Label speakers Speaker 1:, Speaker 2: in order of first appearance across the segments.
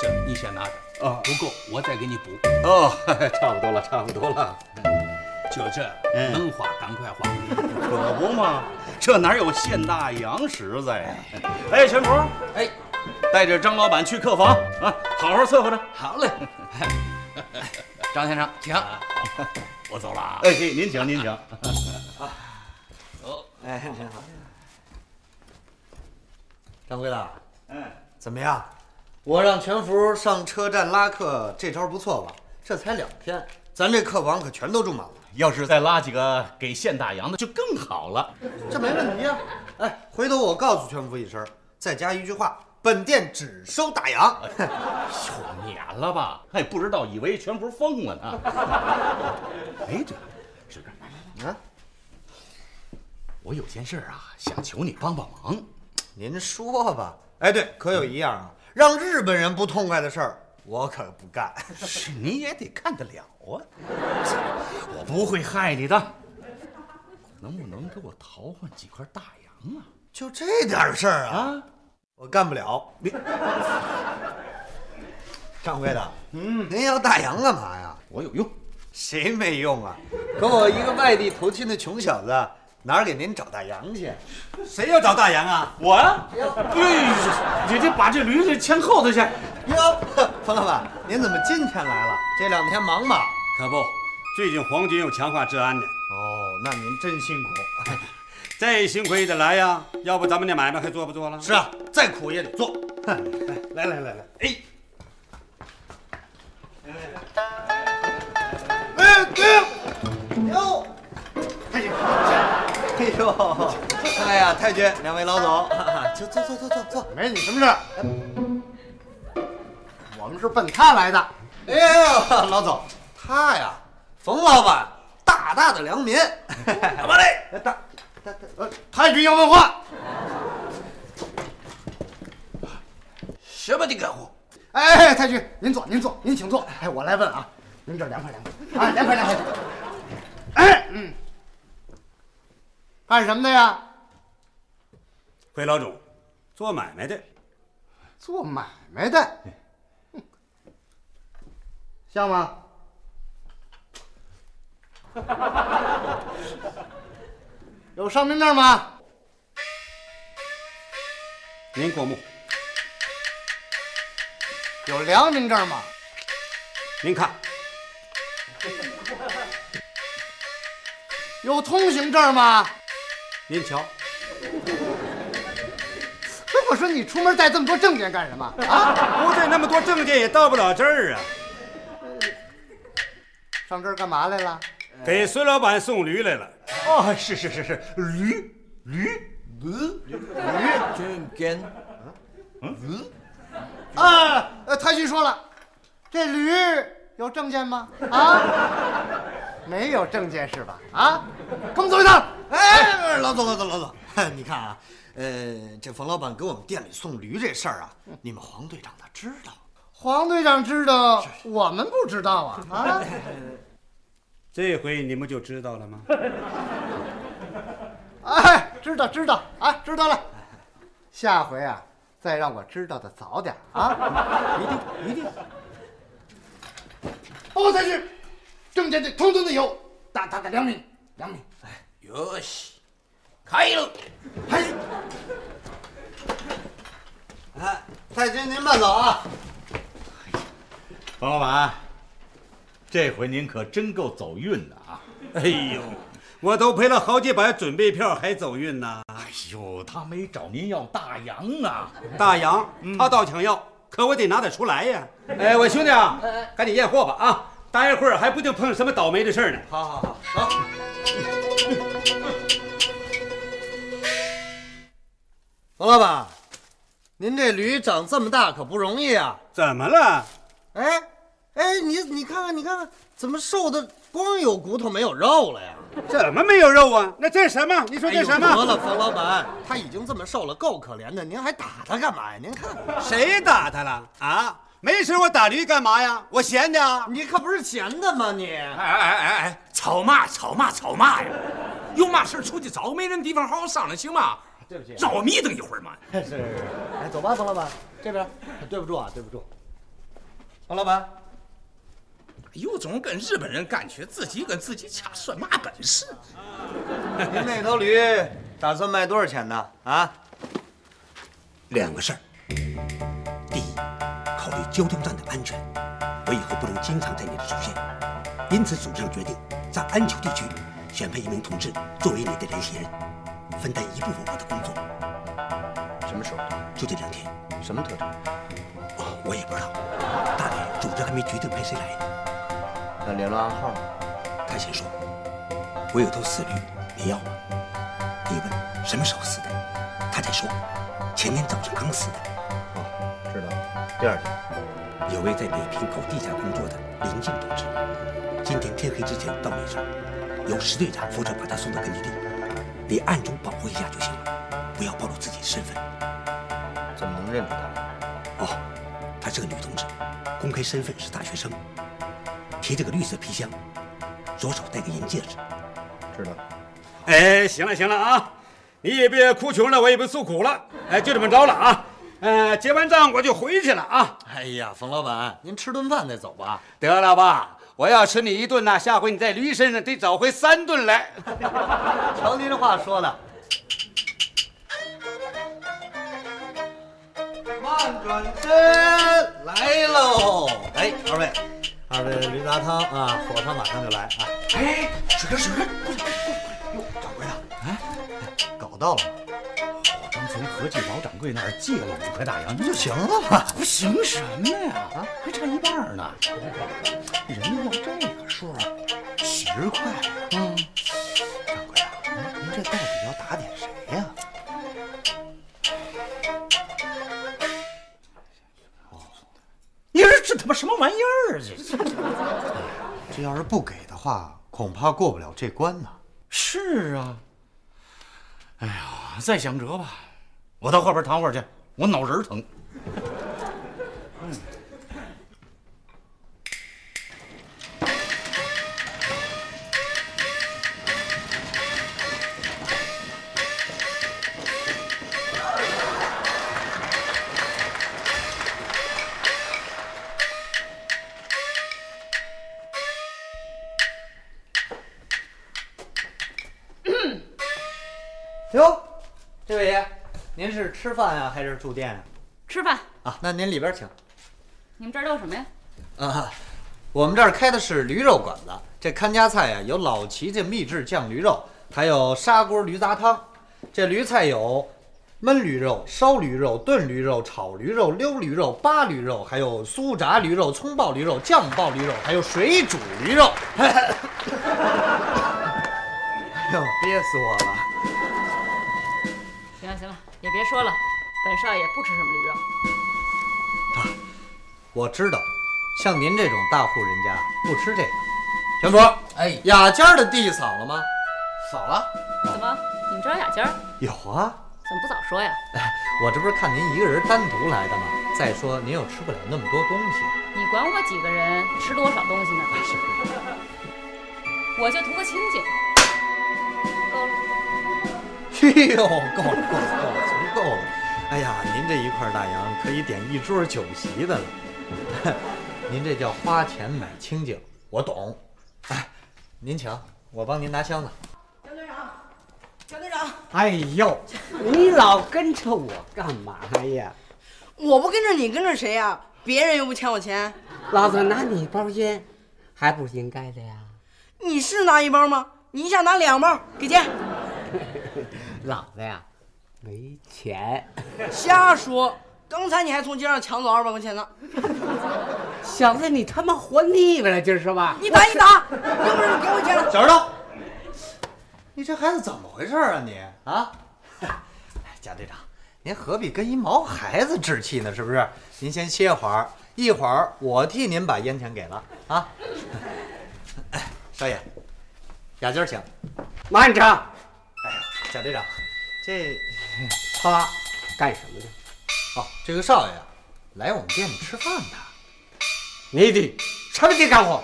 Speaker 1: 这你先拿着，
Speaker 2: 哦
Speaker 1: 不够我再给你补。
Speaker 2: 哦， 差不多了，差不多了，
Speaker 1: 就这，
Speaker 2: 嗯
Speaker 1: 能花赶快花。
Speaker 2: 可不嘛，这哪有现大洋实 在呀？哎，全福，
Speaker 1: 哎，
Speaker 2: 带着张老板去客房啊，好好伺候着。
Speaker 1: 好 嘞，张先生，请。
Speaker 2: 啊
Speaker 1: 我走了啊。
Speaker 2: 哎，您请，您请。
Speaker 1: 走。
Speaker 3: 哎，您好，掌柜的，
Speaker 2: 嗯，
Speaker 3: 怎么样？我让全福上车站拉客，这招不错吧？这才两天，咱这客房可全都住满了，
Speaker 2: 要是再拉几个给现大洋的就更好了。
Speaker 3: 这没问题啊。哎，回头我告诉全福一声，再加一句话：本店只收大洋。
Speaker 2: 哎有年了吧？哎，不知道，以为全福疯了呢。哎，这是这，
Speaker 3: 啊，
Speaker 2: 我有件事儿啊，想求你帮帮忙。
Speaker 3: 您说吧。哎，对，可有一样啊，让日本人不痛快的事儿，我可不干。
Speaker 2: 是，你也得干得了啊！ 我不会害你的，能不能给我淘换几块大洋啊？
Speaker 3: 就这点事儿啊，
Speaker 2: 啊，
Speaker 3: 我干不了。
Speaker 2: 你
Speaker 3: 掌柜的，嗯，您要大洋干嘛呀？
Speaker 2: 我有用，
Speaker 3: 谁没用啊？可我一个外地投亲的穷小子，哪儿给您找大洋去？
Speaker 4: 谁要找大洋啊？
Speaker 2: 我呀、哎呦，你这把这驴这牵后头去。
Speaker 3: 哟，冯老板，您怎么今天来了？这两天忙吗？
Speaker 4: 可不，最近皇军又强化治安呢，
Speaker 3: 哦，那您真辛苦。
Speaker 4: 再辛苦也得来呀，要不咱们这买卖还做不做了？
Speaker 3: 是啊，再苦也得做。 来来来来，哎，哎哎呦，哎呦，哎呀，太君，两位老总， 就坐坐坐坐坐。
Speaker 5: 没你什么事儿。哎我们是奔他来的，
Speaker 3: 哎呦，老总，他呀，冯老板，大大的 良民。干嘛嘞？大大大，
Speaker 5: 呃，太君要问话。
Speaker 1: 什么的干活？
Speaker 5: 哎，太君，您坐，您坐，您请坐。哎，我来问啊，您这凉快凉快啊，凉快凉快。哎，嗯，干什么的呀？
Speaker 4: 回老总，做买卖的，
Speaker 5: 做买卖的，哼像吗？有商品证吗？
Speaker 4: 您过目，
Speaker 5: 有良民证吗？
Speaker 4: 您看，
Speaker 5: 有通行证吗？
Speaker 4: 您瞧，
Speaker 5: 不是我说你出门带这么多证件干什么啊？
Speaker 4: 不带那么多证件也到不了这儿啊。
Speaker 5: 上这儿干嘛来了？
Speaker 3: 哎
Speaker 4: 给孙老板送驴来了，
Speaker 2: 哦，是是是是，驴驴。
Speaker 5: 啊，呃，太君说了，这驴有证件吗？啊，没有证件是吧？啊，跟我们走一趟。
Speaker 3: 哎，老总，老总，老总， 你看啊，呃，这冯老板给我们店里送驴这事儿啊，你们黄队长他知道。
Speaker 5: 黄队长知道，我们不知道啊啊！
Speaker 4: 这回你们就知道了吗？
Speaker 5: 哎，知道知道啊，知道了。下回啊，再让我知道的早点啊，一定一定。哦，太君，证件这通通的有，大大的良民，良民。
Speaker 1: よし。帰る。
Speaker 5: 哎，
Speaker 3: 哎， 太君您慢走啊。
Speaker 2: 冯老板，啊这回您可真够走运的啊！
Speaker 4: 哎呦，我都赔了好几百准备票，还走运呢。
Speaker 2: 哎呦，他没找您要大洋啊！
Speaker 4: 大洋他倒想要，可我得拿得出来呀。 哎，我兄弟啊，赶紧验货吧啊！待会儿还不定碰上什么倒霉的事儿呢。
Speaker 3: 好好好，走。冯老板，您这驴长这么大可不容易啊！
Speaker 4: 怎么了？
Speaker 3: 哎，哎，你你看看，你看看，怎么瘦的光有骨头没有肉了呀？
Speaker 4: 怎么没有肉啊？那这是什么？你说这是什么？
Speaker 3: 哎呦得了，冯老板，他已经这么瘦了，够可怜的，您还打他干嘛呀？您看看，
Speaker 4: 谁打他了啊？没事，我打驴干嘛呀？我闲的啊。
Speaker 3: 你可不是闲的吗？你
Speaker 1: 哎哎哎哎，吵嘛吵嘛吵嘛呀！有嘛事儿出去找，没人地方好好商量行吗？
Speaker 3: 对不起
Speaker 1: 让我眯瞪一会儿嘛。
Speaker 3: 是是是，哎，走吧，冯老板，这边，对不住啊，对不住。冯老板，
Speaker 6: 哎
Speaker 1: 有种跟日本人干去，自己跟自己掐，算嘛本事？
Speaker 3: 您那头驴打算卖多少钱呢？啊？
Speaker 6: 两个事儿。第一，考虑交通站的安全，我以后不能经常在你的出现，因此组织上决定在安丘地区选配一名同志作为你的联系人，分担一部分我的工作。
Speaker 3: 什么时候？
Speaker 6: 就这两天，
Speaker 3: 什么特征？
Speaker 6: 哦，我也不知道，大概组织还没决定派谁来呢。
Speaker 3: 那联络暗号呢？
Speaker 6: 他先说，我有头死驴，你要吗？你问什么时候死的，他才说，前天早上刚死的。
Speaker 3: 哦，知道。第二天，
Speaker 6: 有位在北平搞地下工作的林静同志，今天天黑之前到你这儿，由石队长负责把他送到根据地，你暗中保护一下就行了，不要暴露自己身份。
Speaker 3: 怎么能认出他？啊
Speaker 6: 哦，她是个女同志，公开身份是大学生，提着个绿色皮箱，左手戴个银戒指。
Speaker 3: 知道。
Speaker 4: 哎，行了行了啊，你也别哭穷了，我也别诉苦了，哎，就这么着了啊。呃，结完账我就回去了啊。
Speaker 3: 哎呀，冯老板，您吃顿饭再走吧。
Speaker 4: 得了吧，我要吃你一顿呐、下回你在驴身上得找回三顿来。
Speaker 3: 瞧您这话说的，慢转身来喽！哎，二位，二位驴杂汤啊，火汤马上就来啊！哎，水哥，水哥，过来，掌柜的，哎，搞到了吗？
Speaker 2: 我刚从何记老掌柜那儿借了五块大洋，
Speaker 3: 就行了嘛。
Speaker 2: 不行什么呀？啊，还差一半呢。人家要这个数，
Speaker 3: 十块。嗯，掌柜啊，您这到底要打点谁呀、
Speaker 2: 你说这他妈什么玩意
Speaker 3: 啊
Speaker 2: 儿？这是
Speaker 3: 这要是不给的话，恐怕过不了这关呢。
Speaker 2: 是啊。哎呀，再想辙吧。我到后边躺会儿去，我脑仁儿疼。
Speaker 3: 哟，这位爷，您是吃饭呀、还是住店呀、
Speaker 7: 吃饭。
Speaker 3: 啊？那您里边请。
Speaker 7: 你们这儿都有什么呀？
Speaker 3: 啊，我们这儿开的是驴肉馆子，这看家菜呀、啊有老齐家秘制酱驴肉，还有砂锅驴杂汤。这驴菜有焖驴肉、烧驴肉、炖驴肉、炒驴肉、溜驴肉、扒驴肉，还有酥炸驴肉、葱爆驴肉、酱爆驴肉，还有水煮驴肉。 哎呦，憋死我了！
Speaker 7: 行了行了，也别说了，本少爷不吃什么驴肉。
Speaker 3: 我知道，像您这种大户人家不吃这个。全福，哎，雅间儿的地扫了吗？
Speaker 5: 扫了。
Speaker 7: 怎么，你们知道雅间儿？怎
Speaker 3: 有啊，
Speaker 7: 么不早说呀？
Speaker 3: 我这不是看您一个人单独来的吗？再说您又吃不了那么多东西。
Speaker 7: 你管我几个人吃多少东西呢？我就图个清静。够了。
Speaker 3: 哎呦，够了够了够了，足够了。哎呀，您这一块大洋可以点一桌酒席的了。 您这叫花钱买清净，我懂。哎，您请，我帮您拿箱子。
Speaker 4: 哎呦，你老跟着我干嘛呀？
Speaker 8: 我不跟着你，跟着谁呀、别人又不欠我钱，
Speaker 9: 老子拿你包烟，还不是应该的呀？
Speaker 8: 你是拿一包吗？你一下拿两包，给钱！
Speaker 9: 老子呀，没钱，
Speaker 8: 瞎说，刚才你还从街上抢走二百块钱呢！
Speaker 9: 小子你他妈活腻歪了，今儿是吧？
Speaker 8: 你打一打，要不然你给我钱了。
Speaker 3: 小石头，你这孩子怎么回事啊你啊？哎，贾队长，您何必跟一毛孩子置气呢？是不是？您先歇会儿，一会儿我替您把烟钱给了啊。哎，少爷，雅间儿请。
Speaker 9: 慢着，
Speaker 3: 哎呀，贾队长，这
Speaker 9: 他干什么的？
Speaker 3: 哦，这个少爷啊来我们店里吃饭的。你得什么地干活？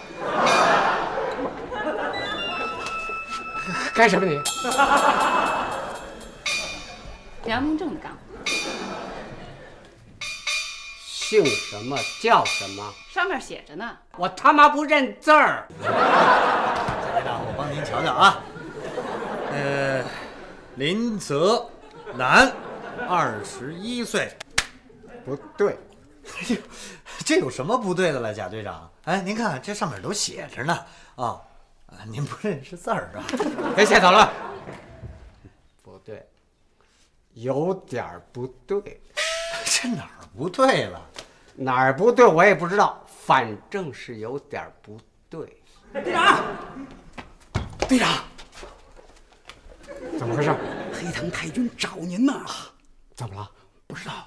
Speaker 9: 干什么你？
Speaker 7: 良民证的干活，
Speaker 9: 姓什么叫什么？
Speaker 7: 上面写着呢。
Speaker 9: 我他妈不认字儿。
Speaker 3: 这位大伙，我帮您瞧瞧啊。呃，林泽，男，二十一岁。
Speaker 5: 不对，
Speaker 3: 哎呦， 这有什么不对的了，贾队长？哎，您看这上面都写着呢啊、啊，您不认识字 儿啊？
Speaker 9: 别写讨论。不对，有点儿不对，
Speaker 3: 这哪儿不对了？
Speaker 9: 哪儿不对我也不知道，反正是有点儿不对。
Speaker 1: 队长，
Speaker 9: 队长，怎么回事？
Speaker 1: 黑藤太君找您呢，
Speaker 9: 怎么了？
Speaker 1: 不知道，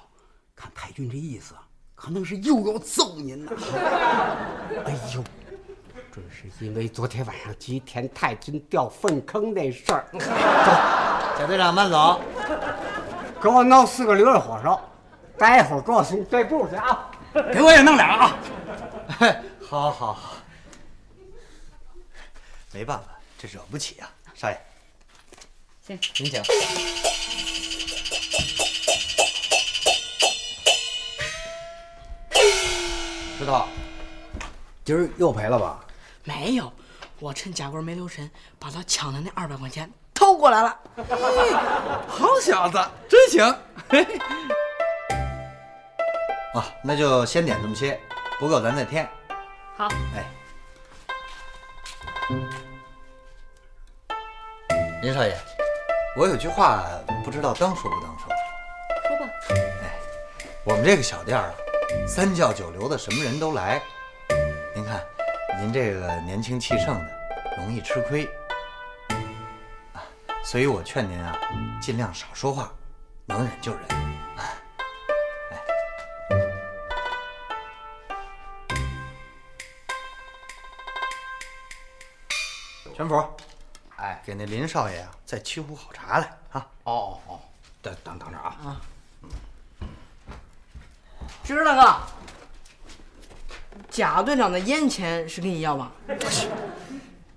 Speaker 1: 看太君这意思，可能是又要揍您呢。
Speaker 9: 哎呦，准是因为昨天晚上吉田太君掉粪坑那事儿。
Speaker 3: 贾队长慢走，
Speaker 9: 给我弄四个驴肉火烧，待会儿给我送队部去啊！
Speaker 1: 给我也弄俩啊！
Speaker 3: 嘿 好好好，没办法，这惹不起啊，少爷，
Speaker 7: 行，
Speaker 3: 您请。石头，
Speaker 9: 今儿又赔了吧？
Speaker 8: 没有，我趁贾官没留神，把他抢的那二百块钱偷过来了。
Speaker 10: 好小子，真行！
Speaker 3: 啊，那就先点这么些，不够咱再添。
Speaker 7: 好，
Speaker 3: 哎，林少爷，我有句话不知道当说不当说。
Speaker 7: 说吧。
Speaker 3: 我们这个小店儿啊，三教九流的，什么人都来。您看，您这个年轻气盛的，容易吃亏。啊，所以我劝您啊，尽量少说话，能忍就忍。哎全福，哎，给那林少爷啊，再沏壶好茶来啊！
Speaker 9: 哦哦哦，等等等着啊！
Speaker 8: 平时大哥，贾队长的烟钱是跟你要吧？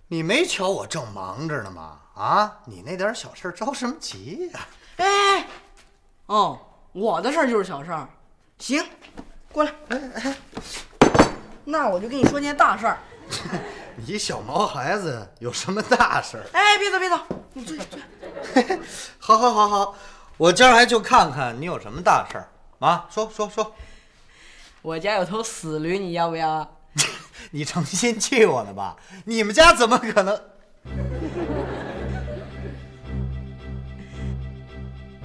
Speaker 3: 你没瞧我正忙着呢吗？啊，你那点小事儿着什么急呀、
Speaker 8: 哎，哦，我的事儿就是小事儿。行，过来。哎哎，那我就跟你说件大事儿。
Speaker 3: 你小毛孩子有什么大事儿？
Speaker 8: 哎，别走别走，你坐下坐下。
Speaker 3: 好好好好，我今儿还就看看你有什么大事儿啊！说说说，
Speaker 8: 我家有头死驴，你要不要啊？
Speaker 3: 你成心气我呢吧？你们家怎么可能？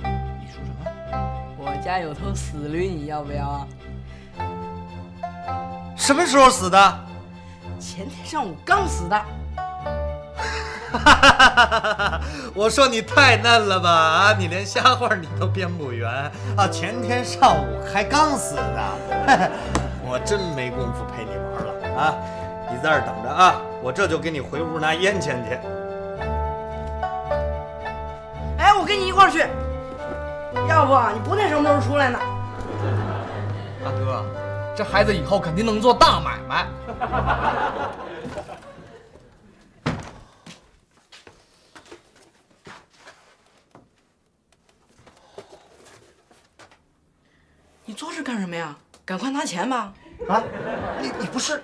Speaker 3: 你说什么？
Speaker 8: 我家有头死驴，你要不要啊？
Speaker 3: 什么时候死的？
Speaker 8: 前天上午刚死的。
Speaker 3: 我说你太嫩了吧啊！你连瞎话你都编不圆啊！前天上午还刚死呢， 我真没工夫陪你玩了啊！你在这儿等着啊，我这就给你回屋拿烟钱去。
Speaker 8: 哎，我跟你一块儿去。要不啊你不那什么时候出来呢？
Speaker 10: 大哥，这孩子以后肯定能做大买卖。
Speaker 8: 你坐这干什么呀？赶快拿钱吧！
Speaker 3: 啊，你你不是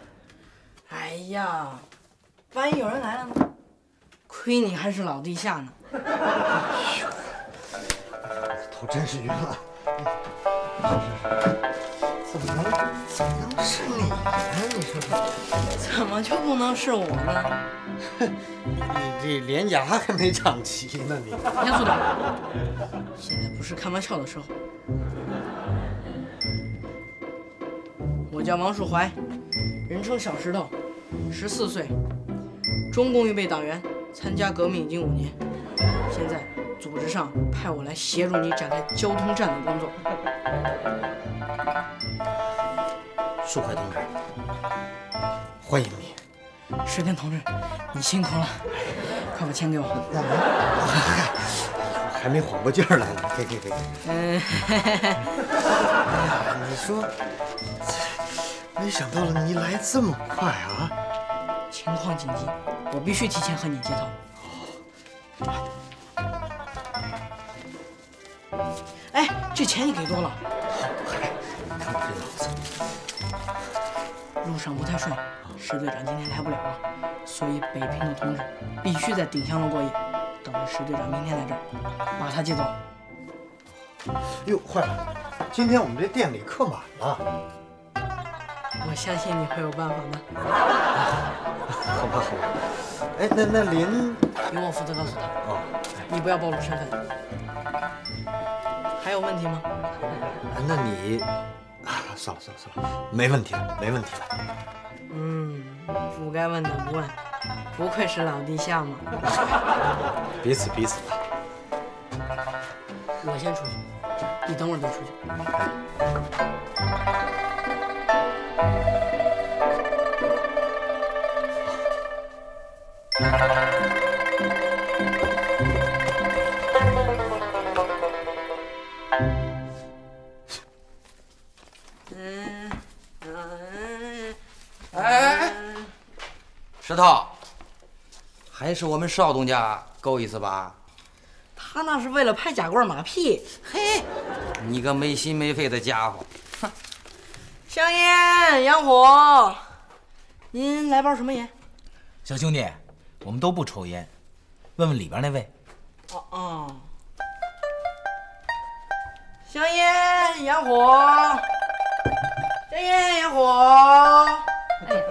Speaker 8: 哎呀，万一有人来了呢？亏你还是老地下呢。
Speaker 3: 哎头真是晕了，哎怎么能怎么能是你呢？你说
Speaker 8: 怎么就不能是我呢？
Speaker 3: 你这连牙还没长齐呢，你
Speaker 8: 严组长，现在不是开玩笑的时候。我叫王树怀，人称小石头，十四岁，中共预备党员，参加革命已经五年。现在组织上派我来协助你展开交通站的工作。
Speaker 3: 舒怀同志，欢迎你。
Speaker 8: 石田同志，你辛苦了，快把钱给我。
Speaker 3: 还没缓过劲儿来呢，给给 给给！哎
Speaker 8: 嗯，
Speaker 3: 你说，
Speaker 8: 没想到你来这么快啊！情况紧急，我必须提前和你接头。哎，这钱你给多了。路上不太顺，石队长今天来不了了，所以北平的同志必须在鼎香楼过夜，等着石队长明天来这儿，把他接走。
Speaker 3: 哟，坏了，今天我们这店里客满了，
Speaker 8: 我相信你会有办法的。
Speaker 3: 好吧，好吧。哎，那那林，哦
Speaker 8: 由我负责告诉他。你不要暴露身份。还有问题吗？
Speaker 3: 啊那你，啊，算了算了算了，没问题了，没问题了。
Speaker 8: 嗯，不该问的不问，不愧是老地下嘛。
Speaker 3: 彼此彼此吧。
Speaker 8: 我先出去，你等会儿再出去。哎
Speaker 11: 石头，还是我们邵东家够意思吧？
Speaker 8: 他那是为了拍假罐马屁。嘿，
Speaker 11: 你个没心没肺的家伙！
Speaker 8: 香烟、洋火，您来包什么烟？
Speaker 12: 小兄弟，我们都不抽烟，问问里边那位。
Speaker 8: 哦哦，香烟、洋火，香烟、洋火。
Speaker 7: 哎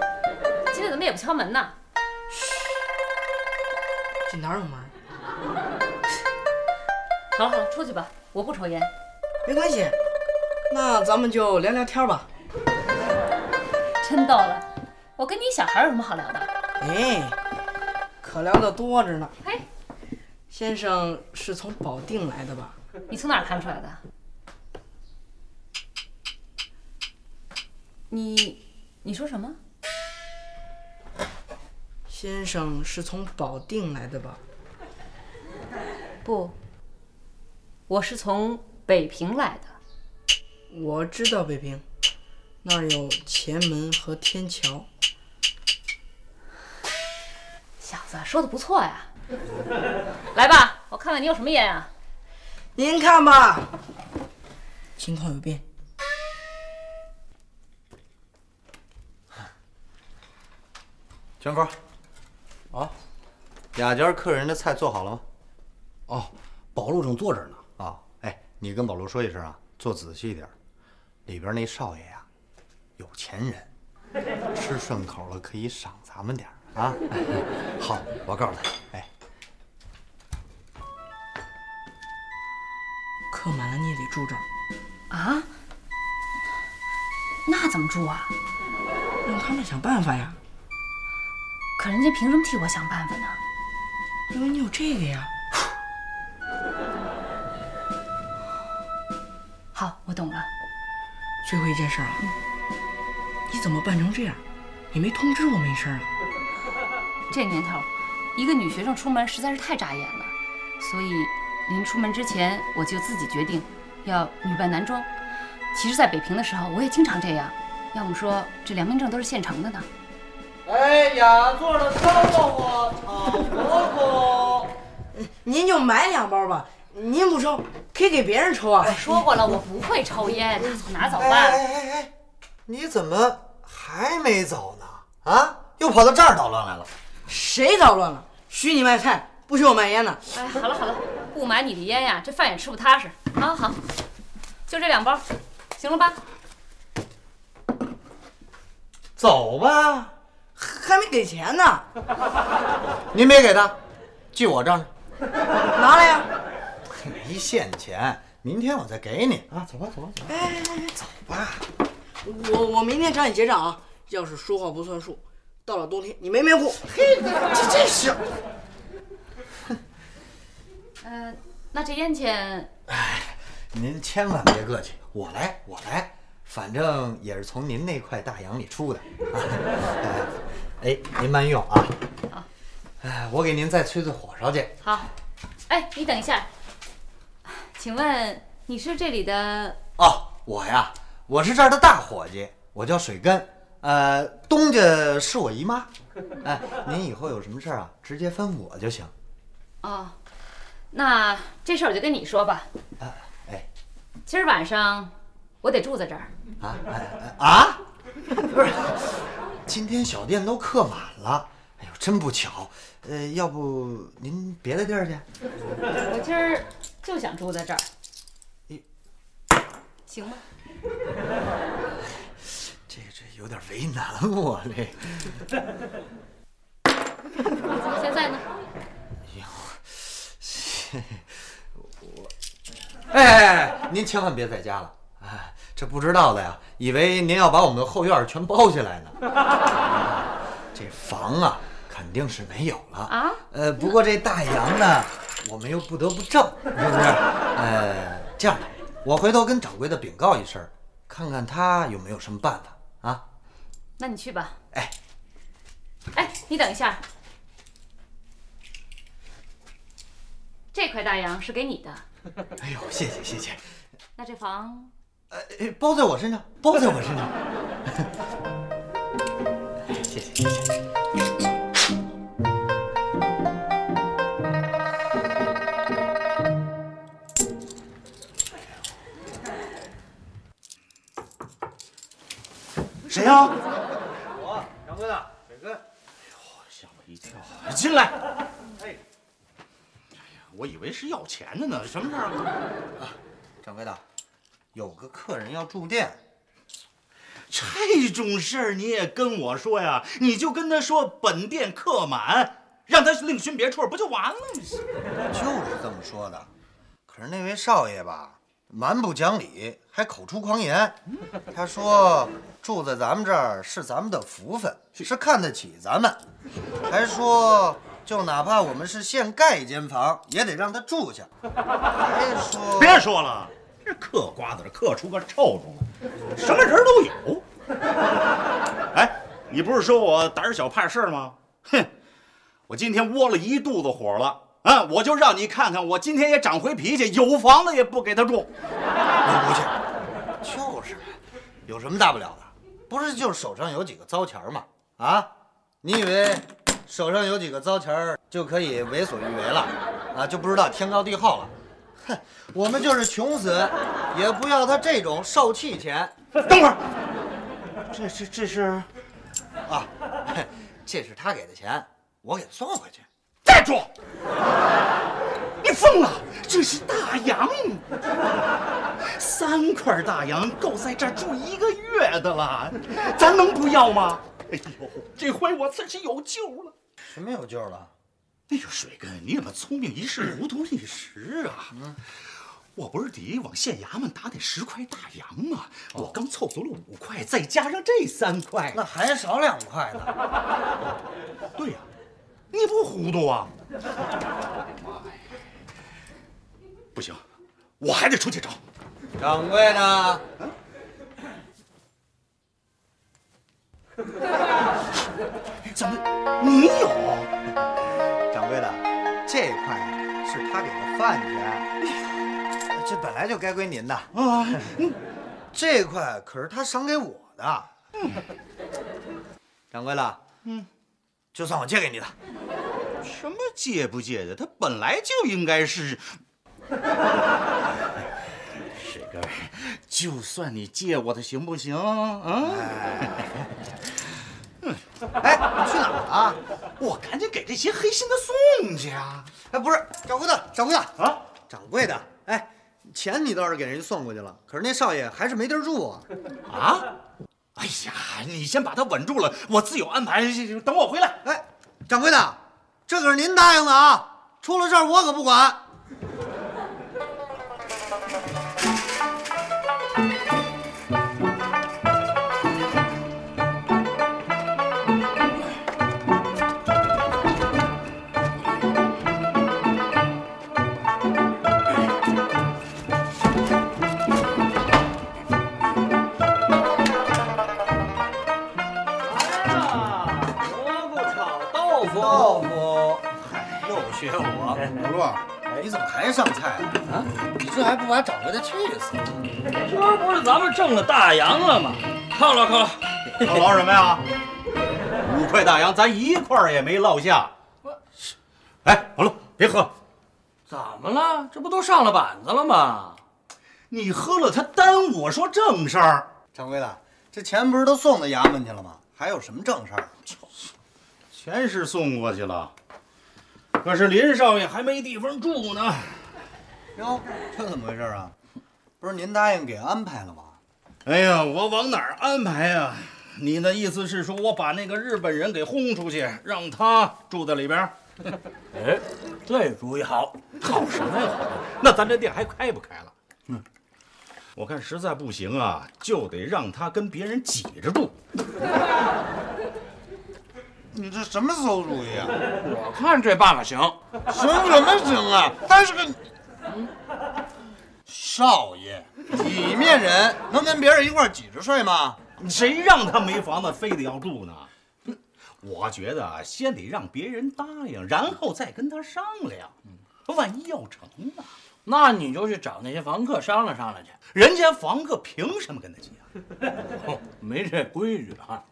Speaker 7: 今天怎么也不敲门呢？
Speaker 8: 这哪有门？
Speaker 7: 好了好了，出去吧，我不抽烟。
Speaker 8: 没关系，那咱们就聊聊天吧。
Speaker 7: 真逗了，我跟你小孩有什么好聊的？
Speaker 8: 哎，可聊的多着呢。
Speaker 7: 嘿，
Speaker 8: 先生是从保定来的吧？
Speaker 7: 你从哪儿看出来的？你你说什么？
Speaker 8: 先生是从保定来的吧？
Speaker 7: 不，我是从北平来的。
Speaker 8: 我知道北平，那儿有前门和天桥。
Speaker 7: 小子说的不错呀，来吧，我看看你有什么烟啊？
Speaker 8: 您看吧，情况有变。
Speaker 3: 全哥，
Speaker 11: 啊，
Speaker 3: 雅间客人的菜做好了吗？
Speaker 11: 哦，宝路正坐这儿呢。
Speaker 3: 啊，哎，你跟宝路说一声啊，做仔细点儿。里边那少爷呀、有钱人，吃顺口了可以赏咱们点儿啊。 好，我告诉他。哎，
Speaker 8: 客满了你也得住这儿，
Speaker 7: 啊？那怎么住啊？
Speaker 8: 让他们想办法呀。
Speaker 7: 可人家凭什么替我想办法呢？
Speaker 8: 因为你有这个呀。
Speaker 7: 好，我懂了。嗯
Speaker 8: 最后一件事儿啊，你怎么办成这样？你没通知我们一声啊？
Speaker 7: 这年头，一个女学生出门实在是太扎眼了，所以临出门之前，我就自己决定要女扮男装。其实，在北平的时候，我也经常这样。要么说，这良民证都是现成的呢。
Speaker 3: 哎，雅座的烧到我啊炒蘑
Speaker 8: 您就买两包吧，您不抽可以给别人抽啊。
Speaker 7: 说过了，我不会抽烟，他从哪走
Speaker 3: 办？哎哎哎，你怎么还没走呢？啊，又跑到这儿捣乱来了。
Speaker 8: 谁捣乱了？许你卖菜，不许我卖烟呢。
Speaker 7: 哎，好了好了，不买你的烟呀，这饭也吃不踏实。好好好，就这两包，行了吧？
Speaker 3: 走吧，
Speaker 8: 还没给钱呢，
Speaker 3: 您别给他，记我账上。
Speaker 8: 拿来呀、
Speaker 3: 没现钱，明天我再给你啊。走吧，走吧，走吧。
Speaker 8: 哎哎哎，走吧。我我明天找你结账啊。要是说话不算数，到了冬天你没棉裤。嘿，这真是。
Speaker 7: 呃，那这烟钱，
Speaker 3: 您千万别客气，我来，我来，反正也是从您那块大洋里出的啊。 哎，您慢用啊。哎，我给您再催催火烧去。
Speaker 7: 好，哎，你等一下，请问你是这里的？
Speaker 3: 哦，我呀，我是这儿的大伙计，我叫水根，呃，东家是我姨妈，哎，您以后有什么事儿啊，直接吩咐我就行。
Speaker 7: 哦，那这事儿我就跟你说吧。
Speaker 3: 哎，
Speaker 7: 今儿晚上我得住在这儿。
Speaker 3: 啊，哎哎啊， 不是，今天小店都客满了，哎呦，真不巧，呃，要不您别的地儿去？
Speaker 7: 我今儿就想住在这儿。行吗？
Speaker 3: 这这有点为难我嘞。
Speaker 7: 现在呢？
Speaker 3: 哎哎哎，您千万别在家了，哎，这不知道的呀，以为您要把我们的后院儿全包下来呢。这房啊，肯定是没有了
Speaker 7: 啊。
Speaker 3: 呃，不过这大洋呢，我们又不得不挣，是不是？呃，这样吧，我回头跟掌柜的禀告一声，看看他有没有什么办法 啊。
Speaker 7: 那你去吧。
Speaker 3: 哎，
Speaker 7: 哎，你等一下，这块大洋是给你的，
Speaker 3: 哎呦，谢谢谢谢，
Speaker 7: 那这房
Speaker 3: 哎包在我身上，包在我身上。 哎谢谢谢谢。
Speaker 2: 谁呀、
Speaker 3: 我掌柜的，水哥。
Speaker 2: 吓我一跳！进来。
Speaker 3: 哎，
Speaker 2: 我以为是要钱的呢，什么事儿啊？
Speaker 3: 掌柜的，有个客人要住店。
Speaker 2: 这种事儿你也跟我说呀？你就跟他说本店客满，让他另寻别处，不就完了吗？
Speaker 3: 就是这么说的。可是那位少爷吧，蛮不讲理，还口出狂言。他说住在咱们这儿是咱们的福分，是看得起咱们，还说就哪怕我们是现盖一间房，也得让他住下。还说
Speaker 2: 别说了，这嗑瓜子儿嗑出个臭虫来，什么人都有。哎，你不是说我胆儿小怕事儿吗？哼，我今天窝了一肚子火了啊！我就让你看看，我今天也长回脾气，有房子也不给他住。
Speaker 3: 就是，有什么大不了的？不是就手上有几个糟钱儿吗？啊，你以为手上有几个糟钱儿就可以为所欲为了？啊，就不知道天高地厚了？哼，我们就是穷死，也不要他这种受气钱。等会儿，这这这是啊， 嘿这是他给的钱，我给他送回去。
Speaker 2: 站住！你疯了！这是大洋，三块大洋够在这儿住一个月的了，咱能不要吗？哎呦，这回我算是有救了。
Speaker 3: 什么有救了？
Speaker 2: 哎呦，水哥，你怎么聪明一世，糊涂一时啊？我不是得往县衙门打得十块大洋吗？我刚凑足了五块，再加上这三块，
Speaker 3: 哦那还少两块呢。
Speaker 2: 对呀、你不糊涂啊？不行，我还得出去找。
Speaker 3: 掌柜呢？
Speaker 2: 怎么你有？
Speaker 3: 掌柜的，这块是他给的饭钱，这本来就该归您的
Speaker 2: 啊。
Speaker 3: 这块可是他赏给我的。掌柜的，
Speaker 2: 嗯，
Speaker 3: 就算我借给你的。
Speaker 2: 什么借不借的？他本来就应该是。 水哥，就算你借我的行不行？啊？
Speaker 3: 哎，你去哪儿啊？
Speaker 2: 我赶紧给这些黑心的送去啊！
Speaker 3: 哎，不是，掌柜的，掌柜的
Speaker 2: 啊，
Speaker 3: 掌柜的，哎，钱你倒是给人家送过去了，可是那少爷还是没地儿住啊。
Speaker 2: 啊？哎呀，你先把他稳住了，我自有安排。等我回来。
Speaker 3: 哎，掌柜的，这可是您答应的啊，出了事儿我可不管。
Speaker 9: 蘑菇炒豆腐，
Speaker 3: 豆腐，
Speaker 2: 哎
Speaker 3: 哎嗨，又学我。葫芦，你怎么还上菜啊？啊，你这还不把掌柜的气死？
Speaker 13: 这不是咱们挣了大洋了吗？犒劳犒劳，
Speaker 2: 姥姥什么呀？五块大洋，咱一块儿也没落下。哎，好了，别喝，
Speaker 13: 怎么了？这不都上了板子了吗？
Speaker 2: 你喝了它耽误我说正事儿。
Speaker 3: 掌柜的，这钱不是都送到衙门去了吗？还有什么正事儿？
Speaker 2: 钱是送过去了，可是林少爷还没地方住呢。
Speaker 3: 哟，这怎么回事啊？不是您答应给安排了吗？
Speaker 2: 哎呀，我往哪儿安排呀、你的意思是说我把那个日本人给轰出去，让他住在里边？
Speaker 13: 哎，这主意好，好什么呀？那咱这店还开不开了？
Speaker 2: 嗯我看实在不行啊，就得让他跟别人挤着住。
Speaker 14: 你这什么馊主意啊？
Speaker 13: 我看这办法行。
Speaker 14: 行什么行啊？他是个
Speaker 3: 少爷，体面人能跟别人一块儿挤着睡吗？
Speaker 2: 谁让他没房子，非得要住呢？我觉得啊，先得让别人答应，然后再跟他商量。万一要成呢？
Speaker 13: 那你就去找那些房客商量商量去。
Speaker 2: 人家房客凭什么跟他挤啊？
Speaker 13: 没这规矩啊。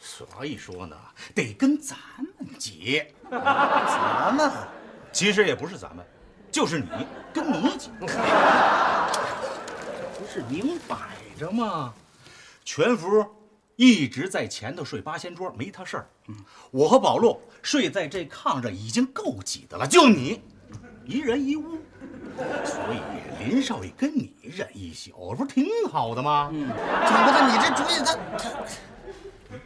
Speaker 2: 所以说呢，得跟咱们挤。咱们其实也不是咱们，就是你跟你 挤。不是明摆着吗？全福一直在前头睡八仙桌，没他事儿。
Speaker 13: 嗯
Speaker 2: 我和宝路睡在这炕上已经够挤的了，就你一人一屋，所以林少爷跟你忍一宿，不是挺好的吗？嗯，
Speaker 14: 掌柜的，你这主意他他
Speaker 3: 哎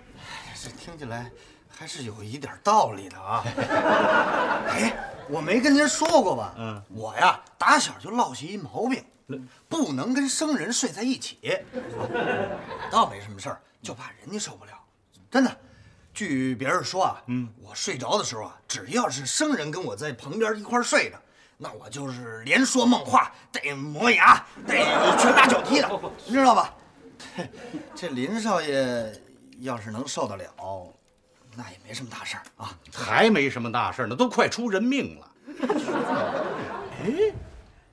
Speaker 3: 这听起来还是有一点道理 的啊。哎，我没跟您说过吧？嗯，我呀打小就落下一毛病，不能跟生人睡在一起。我倒没什么事儿，就怕人家受不了。真的，据别人说啊，嗯，我睡着的时候啊，只要是生人跟我在旁边一块儿睡着。那我就是连说梦话，得磨牙，得拳打脚踢的，你知道吧？ 这林少爷要是能受得了，那也没什么大事儿啊。
Speaker 2: 还没什么大事呢，都快出人命了。
Speaker 13: 哎，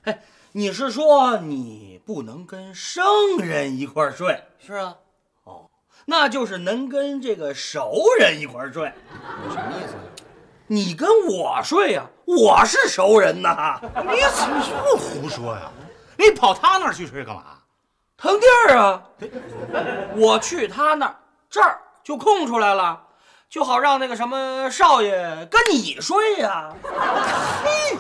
Speaker 13: 哎，你是说你不能跟生人一块儿睡？是啊。哦，那就是能跟这个熟人一块儿睡。什么意思？
Speaker 2: 啊
Speaker 13: 你跟我睡呀、我是熟人呐。
Speaker 2: 你怎么又胡说呀？你跑他那儿去睡干嘛？
Speaker 13: 腾地儿啊！我去他那儿，这儿就空出来了，就好让那个什么少爷跟你睡 呀、嘿，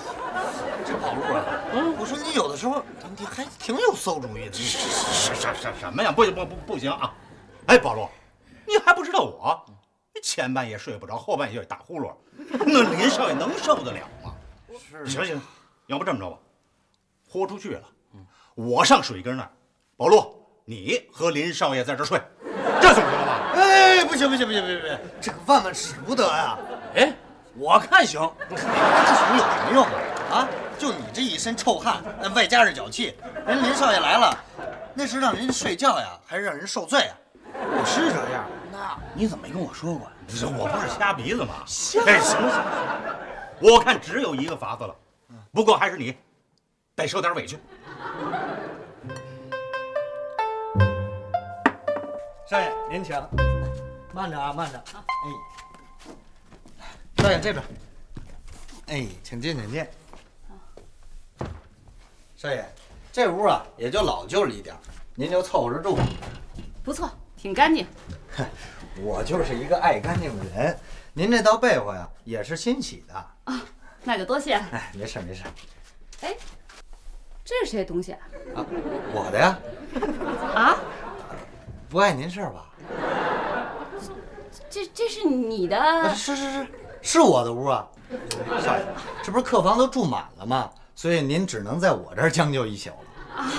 Speaker 3: 这跑路啊！嗯，我说你有的时候你还挺有馊主意的。
Speaker 2: 什什什什么呀？不不不不行啊！哎，宝路，你还不知道我，你前半夜睡不着，后半夜打呼噜，那林少爷能受得了吗？行行，要不这么着吧，豁出去了，我上水根那儿，宝路，你和林少爷在这儿睡，这总行了吧？
Speaker 3: 哎，不行不行不行不行不行，这个万万使不得呀！
Speaker 13: 哎，我看行，
Speaker 3: 行有什么用啊？啊，就你这一身臭汗，那外加上脚气，人林少爷来了，那是让人睡觉呀，还是让人受罪啊？我是这样，那
Speaker 2: 你怎么没跟我说过呀？不是，我不是瞎鼻子吗？哎，行了行了，行了我看只有一个法子了，不过还是你，得受点委屈。
Speaker 3: 少爷您请，慢着啊，慢着。哎，少爷这边。哎，请进，请进。少爷，这屋啊也就老旧了一点儿，您就凑合着住。
Speaker 7: 不错，挺干净。
Speaker 3: 我就是一个爱干净的人，您这道被窝呀也是新洗的。
Speaker 7: 那就啊多谢啊了。
Speaker 3: 哎，没事儿没事儿，
Speaker 7: 哎，这是谁的东西啊？
Speaker 3: 我的呀，
Speaker 7: 啊，
Speaker 3: 不碍您事儿吧？
Speaker 7: 这这是你
Speaker 3: 啊
Speaker 7: 的？
Speaker 3: 是是是，是我的屋啊。少爷，这不是客房都住满了吗？所以您只能在我这儿将就一宿了。
Speaker 7: 啊，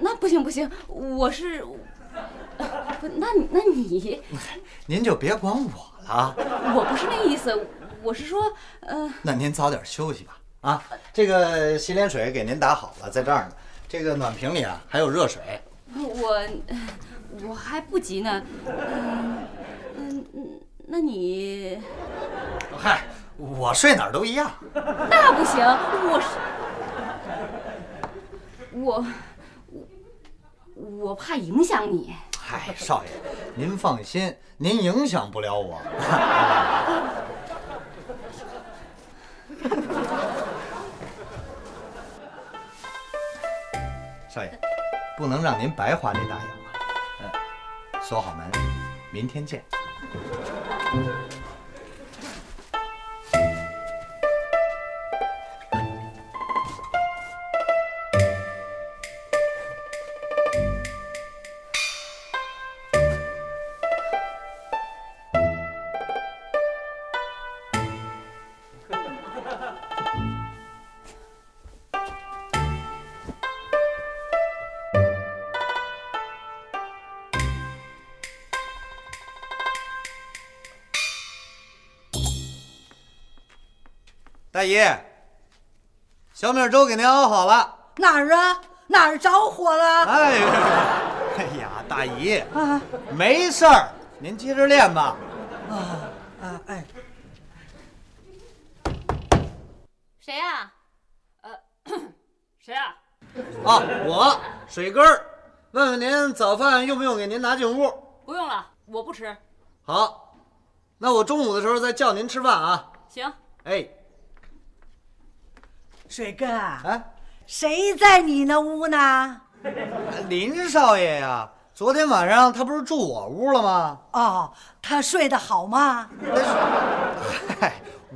Speaker 7: 那不行不行，我是，呃不，那你那你，
Speaker 3: 您就别管我了，
Speaker 7: 我不是那意思，我是说，呃，
Speaker 3: 那您早点休息吧。啊，这个洗脸水给您打好了，在这儿呢。这个暖瓶里啊还有热水。
Speaker 7: 我我还不急呢。嗯嗯嗯，那你
Speaker 3: 嗨，我睡哪儿都一样。
Speaker 7: 那不行，我是我我我怕影响你。
Speaker 3: 嗨，哎少爷，您放心，您影响不了我。 少爷，不能让您白花这大洋啊！嗯，锁好门，明天见。大姨，小米粥给您熬好了。
Speaker 15: 哪儿啊？哪儿着火了？
Speaker 3: 哎呦，哎呀，大姨，
Speaker 15: 啊
Speaker 3: 没事儿，您接着练吧。
Speaker 15: 啊啊！哎，
Speaker 7: 谁呀、呃，谁啊？
Speaker 3: 啊，我水根儿，问问您早饭用不用给您拿进屋？
Speaker 7: 不用了，我不吃。
Speaker 3: 好，那我中午的时候再叫您吃饭啊。
Speaker 7: 行，
Speaker 3: 哎，
Speaker 15: 水根啊，谁在你那屋呢？
Speaker 3: 林少爷呀、昨天晚上他不是住我屋了吗？
Speaker 15: 哦，他睡得好吗？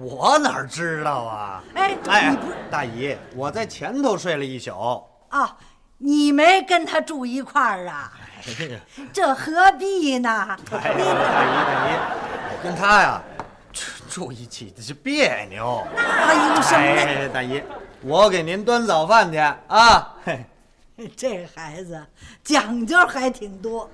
Speaker 3: 我哪知道啊？
Speaker 15: 哎
Speaker 3: 哎，大姨，我在前头睡了一宿。
Speaker 15: 啊，你没跟他住一块儿啊？这何必呢？
Speaker 3: 哎呀，大姨大姨，我跟他呀住住一起这别扭。
Speaker 15: 那有什么呢
Speaker 3: 哎，大姨，我给您端早饭去啊。嘿
Speaker 15: 这孩子讲究还挺多。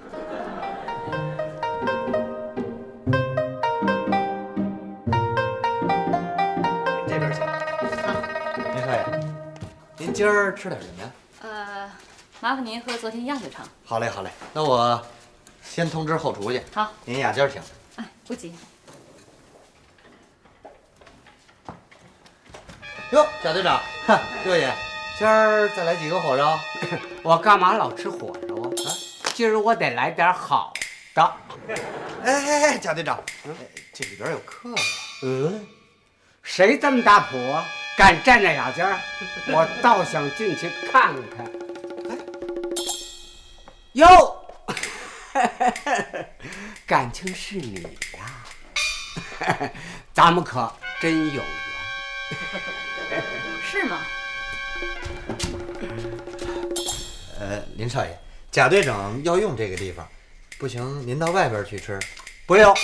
Speaker 3: 这边请。林少爷，您今儿吃点什么呀？
Speaker 7: 呃，麻烦您和昨天一样就成。
Speaker 3: 好嘞，好嘞，那我先通知后厨去。
Speaker 7: 好，
Speaker 3: 您雅间儿请。
Speaker 7: 哎，不急。
Speaker 3: 哟，贾队 长，哈六爷，今儿再来几个 火烧。
Speaker 9: 我干嘛老吃火烧啊？啊今儿我得来点好的。
Speaker 3: 哎哎哎，贾队长，这里边有客人。
Speaker 9: 嗯，谁这么大谱啊？敢站着雅间儿？我倒想进去看看。
Speaker 3: 哎
Speaker 9: 哟， 感情是你呀、 咱们可真有缘。
Speaker 7: 是吗？
Speaker 3: 呃，林少爷，贾队长要用这个地方，不行，您到外边去吃。不用，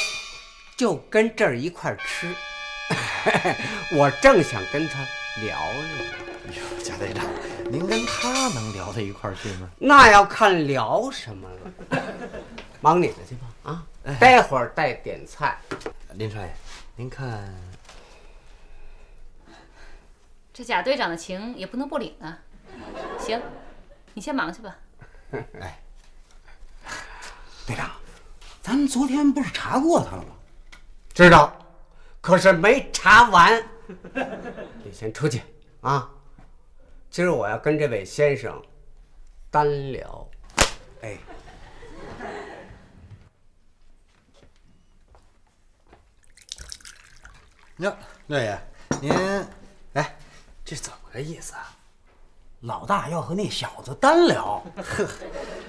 Speaker 9: 就跟这儿一块儿吃。我正想跟他聊聊。
Speaker 3: 哎贾队长，您跟他能聊到一块儿去吗？
Speaker 9: 那要看聊什么了，忙你的去吧啊！待会儿带点菜。
Speaker 3: 呃林少爷，您 看，
Speaker 7: 这贾队长的情也不能不领啊。行，你先忙去吧。
Speaker 9: 哎，
Speaker 13: 队长，咱们昨天不是查过他了吗？
Speaker 9: 知道，可是没查完。你先出去啊！今儿我要跟这位先生单聊。哎，
Speaker 3: 哟，六爷，您，哎，这怎么个意思啊？
Speaker 14: 老大要和那小子单聊，
Speaker 3: 呵，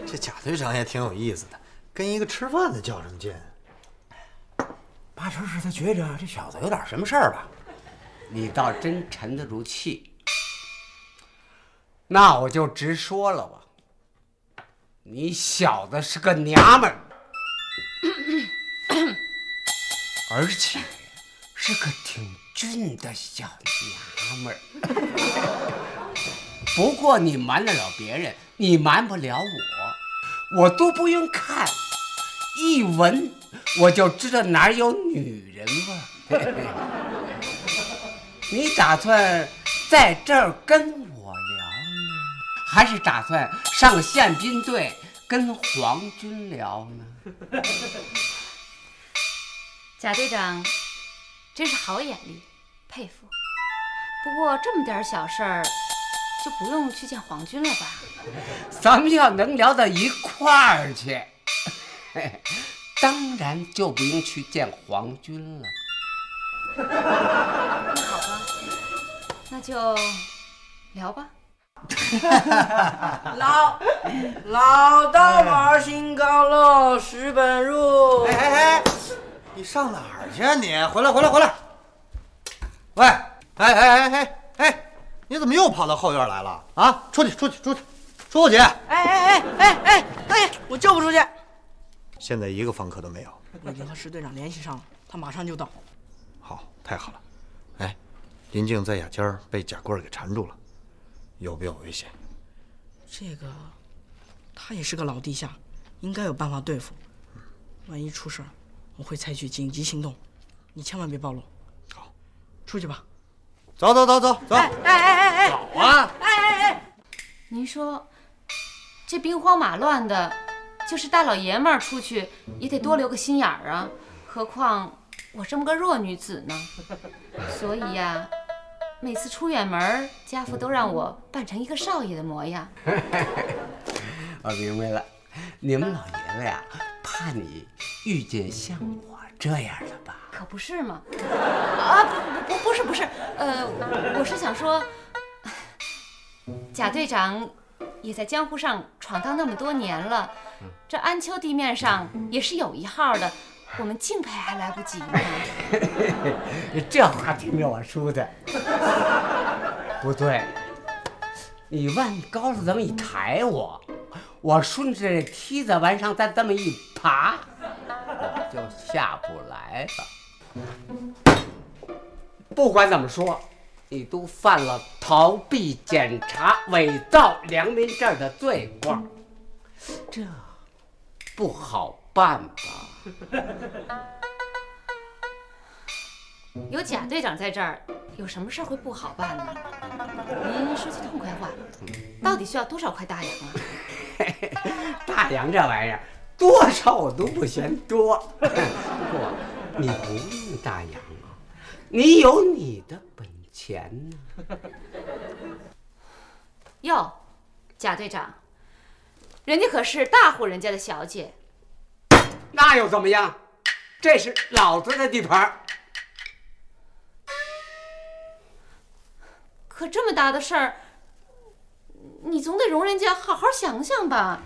Speaker 3: 这贾队长也挺有意思的，跟一个吃饭的较什么劲啊？
Speaker 13: 八成是他觉着这小子有点什么事儿吧？
Speaker 9: 你倒真沉得住气。那我就直说了吧，你小子是个娘们儿，而且是个挺俊的小娘们儿。不过你瞒得了别人，你瞒不了我。我都不用看，一闻我就知道哪儿有女人味儿。你打算在这儿跟我聊呢，还是打算上宪兵队跟皇军聊呢？
Speaker 7: 贾队长真是好眼力，佩服。不过这么点儿小事儿，就不用去见皇军了吧？
Speaker 9: 咱们要能聊到一块儿去， 当然就不用去见皇军了。
Speaker 7: 好吧，那就聊吧。
Speaker 8: 老老道宝新高楼，十本入。哎
Speaker 3: 哎哎，你上哪儿去啊你？回来回来回来！喂，哎哎哎哎哎，你怎么又跑到后院来了啊？出去出去出去出去！
Speaker 8: 哎哎哎哎哎，哎，我救不出去。
Speaker 3: 现在一个房客都没有，
Speaker 8: 我已经和石队长联系上了，他马上就到。
Speaker 3: 太好了。哎，林静在雅间儿被贾贵儿给缠住了，有没有危险？
Speaker 8: 这个，他也是个老地下，应该有办法对付。万一出事儿，我会采取紧急行动，你千万别暴露。好，出去吧。
Speaker 3: 走走走走走！
Speaker 8: 哎哎哎哎，
Speaker 3: 走啊！
Speaker 7: 哎哎哎，您说，这兵荒马乱的，就是大老爷们儿出去也得多留个心眼儿啊，何况我这么个弱女子呢？ 所以呀、每次出远门儿，家父都让我扮成一个少爷的模样。
Speaker 9: 我明白了，你们老爷子呀，怕你遇见像我这样的吧？
Speaker 7: 可不是嘛？啊，不不不不是不是，呃，我是想说，贾队长也在江湖上闯荡那么多年了，这安丘地面上也是有一号的，我们敬佩还来不及呢。
Speaker 9: 这话听着我舒的。不对，你往高处这么一抬我，我顺着这梯子往上再这么一爬，我就下不来了。不管怎么说，你都犯了逃避检查、伪造良民证的罪过，这不好办吧？
Speaker 7: 有贾队长在这儿，有什么事儿会不好办呢？您说句痛快话，到底需要多少块大洋啊？
Speaker 9: 大洋这玩意儿，多少我都不嫌多。 不过你不用大洋啊，你有你的本钱呢、
Speaker 7: 哟，贾队长，人家可是大户人家的小姐，
Speaker 9: 那又怎么样？这是老子的地盘儿。
Speaker 7: 可这么大的事儿，你总得容人家好好想想吧。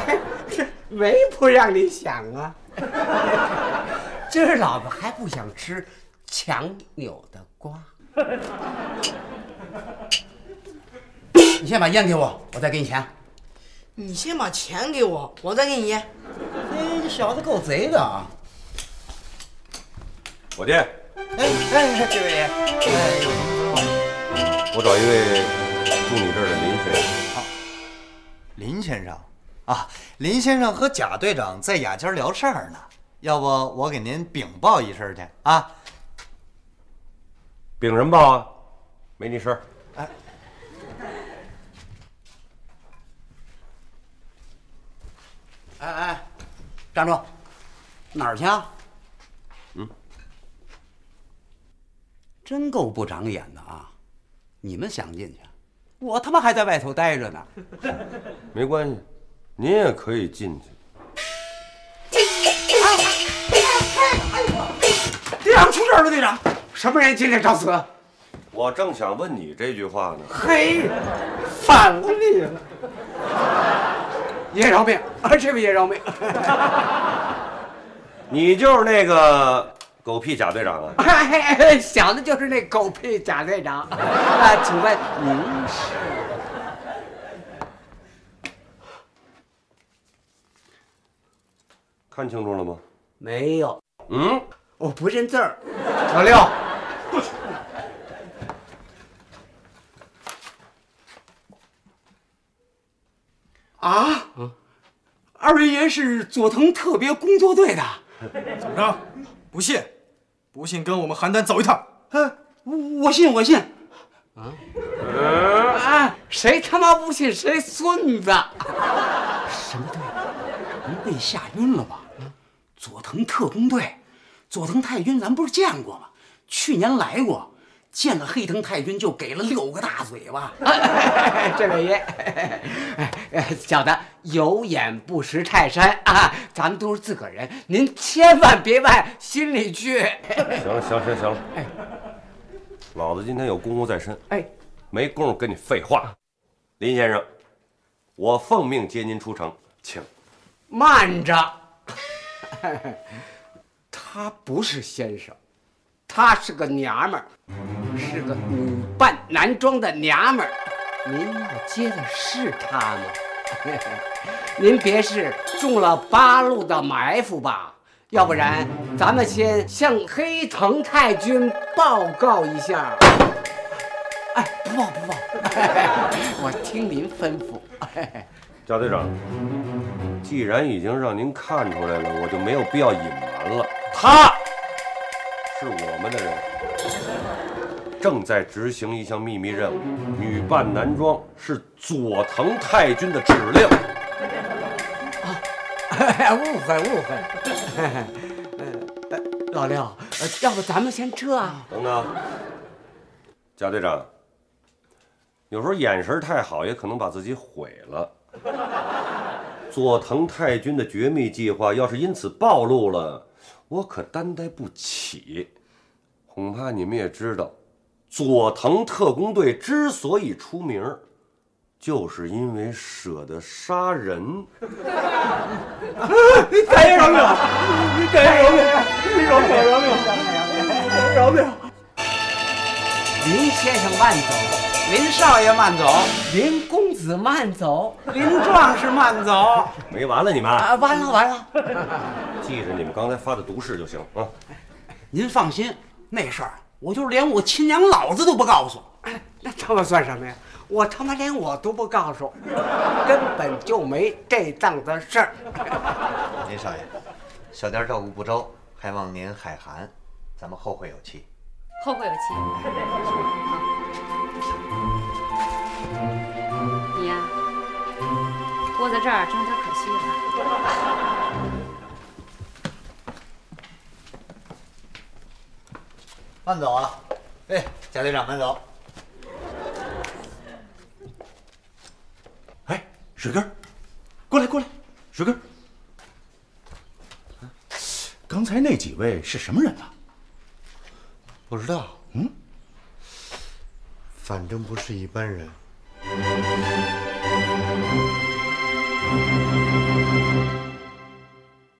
Speaker 9: 没不让你想啊！ 今儿老子还不想吃强扭的瓜。
Speaker 11: 你先把烟给我，我再给你钱。
Speaker 8: 你先把钱给我，我再给你烟。
Speaker 11: 哎，这小子够贼的啊！
Speaker 16: 伙计，
Speaker 11: 哎，这位爷，
Speaker 16: 我找一位住你这儿的邻居。
Speaker 3: 林先生，啊，林先生和贾队长在雅间儿聊事儿呢，要不我给您禀报一声去啊？
Speaker 16: 禀什么报啊？没你事儿。
Speaker 11: 哎哎，站住！哪儿去啊？
Speaker 16: 嗯，
Speaker 11: 真够不长眼的啊！你们想进去，我他妈还在外头待着呢。
Speaker 16: 没关系，您也可以进去。
Speaker 9: 队长出事了，队长，什么人进来找死？
Speaker 16: 我正想问你这句话呢。
Speaker 9: 嘿，反了你了！ 爷饶命，啊，这位爷饶命！
Speaker 16: 你就是那个狗屁贾队长啊？
Speaker 9: 哎哎哎， 想的就是那狗屁贾队长。啊，请问您是？
Speaker 16: 看清楚了吗？
Speaker 9: 没有，
Speaker 16: 嗯，
Speaker 9: 我不认字儿。老六，啊，二位爷是佐藤特别工作队的。
Speaker 14: 怎么着？不信？不信跟我们邯郸走一趟。
Speaker 9: 呃，我我信，我信。啊，谁他妈不信谁孙子？什么队？啊您被吓晕了吧？佐藤特工队，佐藤太君，咱不是见过吗？去年来过，见了黑藤太君就给了六个大嘴巴。哎 这位爷，哎 小的有眼不识泰山啊，咱们都是自个儿人，您千万别往心里去。
Speaker 16: 行了，行了行了行了，哎，老子今天有公务在身，
Speaker 9: 哎，
Speaker 16: 没工夫跟你废话。林先生，我奉命接您出城，请。
Speaker 9: 慢着，他不是先生，他是个娘们儿，是个女扮男装的娘们儿。您要接的是他吗？ 您别是中了八路的埋伏吧？要不然，咱们先向黑藤太君报告一下。哎，不报不报， 我听您吩咐。哎
Speaker 16: 贾队长，既然已经让您看出来了，我就没有必要隐瞒了。他是我们的人，正在执行一项秘密任务，女扮男装是佐藤太君的指令。
Speaker 7: 哦
Speaker 9: 哎误会误会。呃老廖， 呃要不咱们先撤啊？
Speaker 16: 等等，贾队长，有时候眼神太好，也可能把自己毁了。佐藤太君的绝密计划要是因此暴露了，我可担待不起。恐怕你们也知道，佐藤特工队之所以出名儿，就是因为舍得杀人。
Speaker 9: 再饶了，
Speaker 13: 再
Speaker 9: 饶了，
Speaker 13: 饶了饶了
Speaker 9: 饶了！林先生慢走，林少爷慢走，林公子慢走，林壮士慢走。
Speaker 16: 没完了，你们！
Speaker 9: 啊，完了完了！
Speaker 16: 记着你们刚才发的毒誓就行啊。
Speaker 9: 您放心，那事儿我就是连我亲娘老子都不告诉。哎那他妈算什么呀？我他妈连我都不告诉，根本就没这档子事儿。
Speaker 3: 林少爷，小店照顾不周，还望您海涵，咱们后会有期。
Speaker 7: 后会有期。你呀、窝在这儿真有点可惜了。
Speaker 3: 慢走啊！哎，贾队长慢走。
Speaker 2: 水根儿，过来过来，水根儿。刚才那几位是什么人啊？
Speaker 5: 不知道，
Speaker 2: 嗯，
Speaker 5: 反正不是一般人。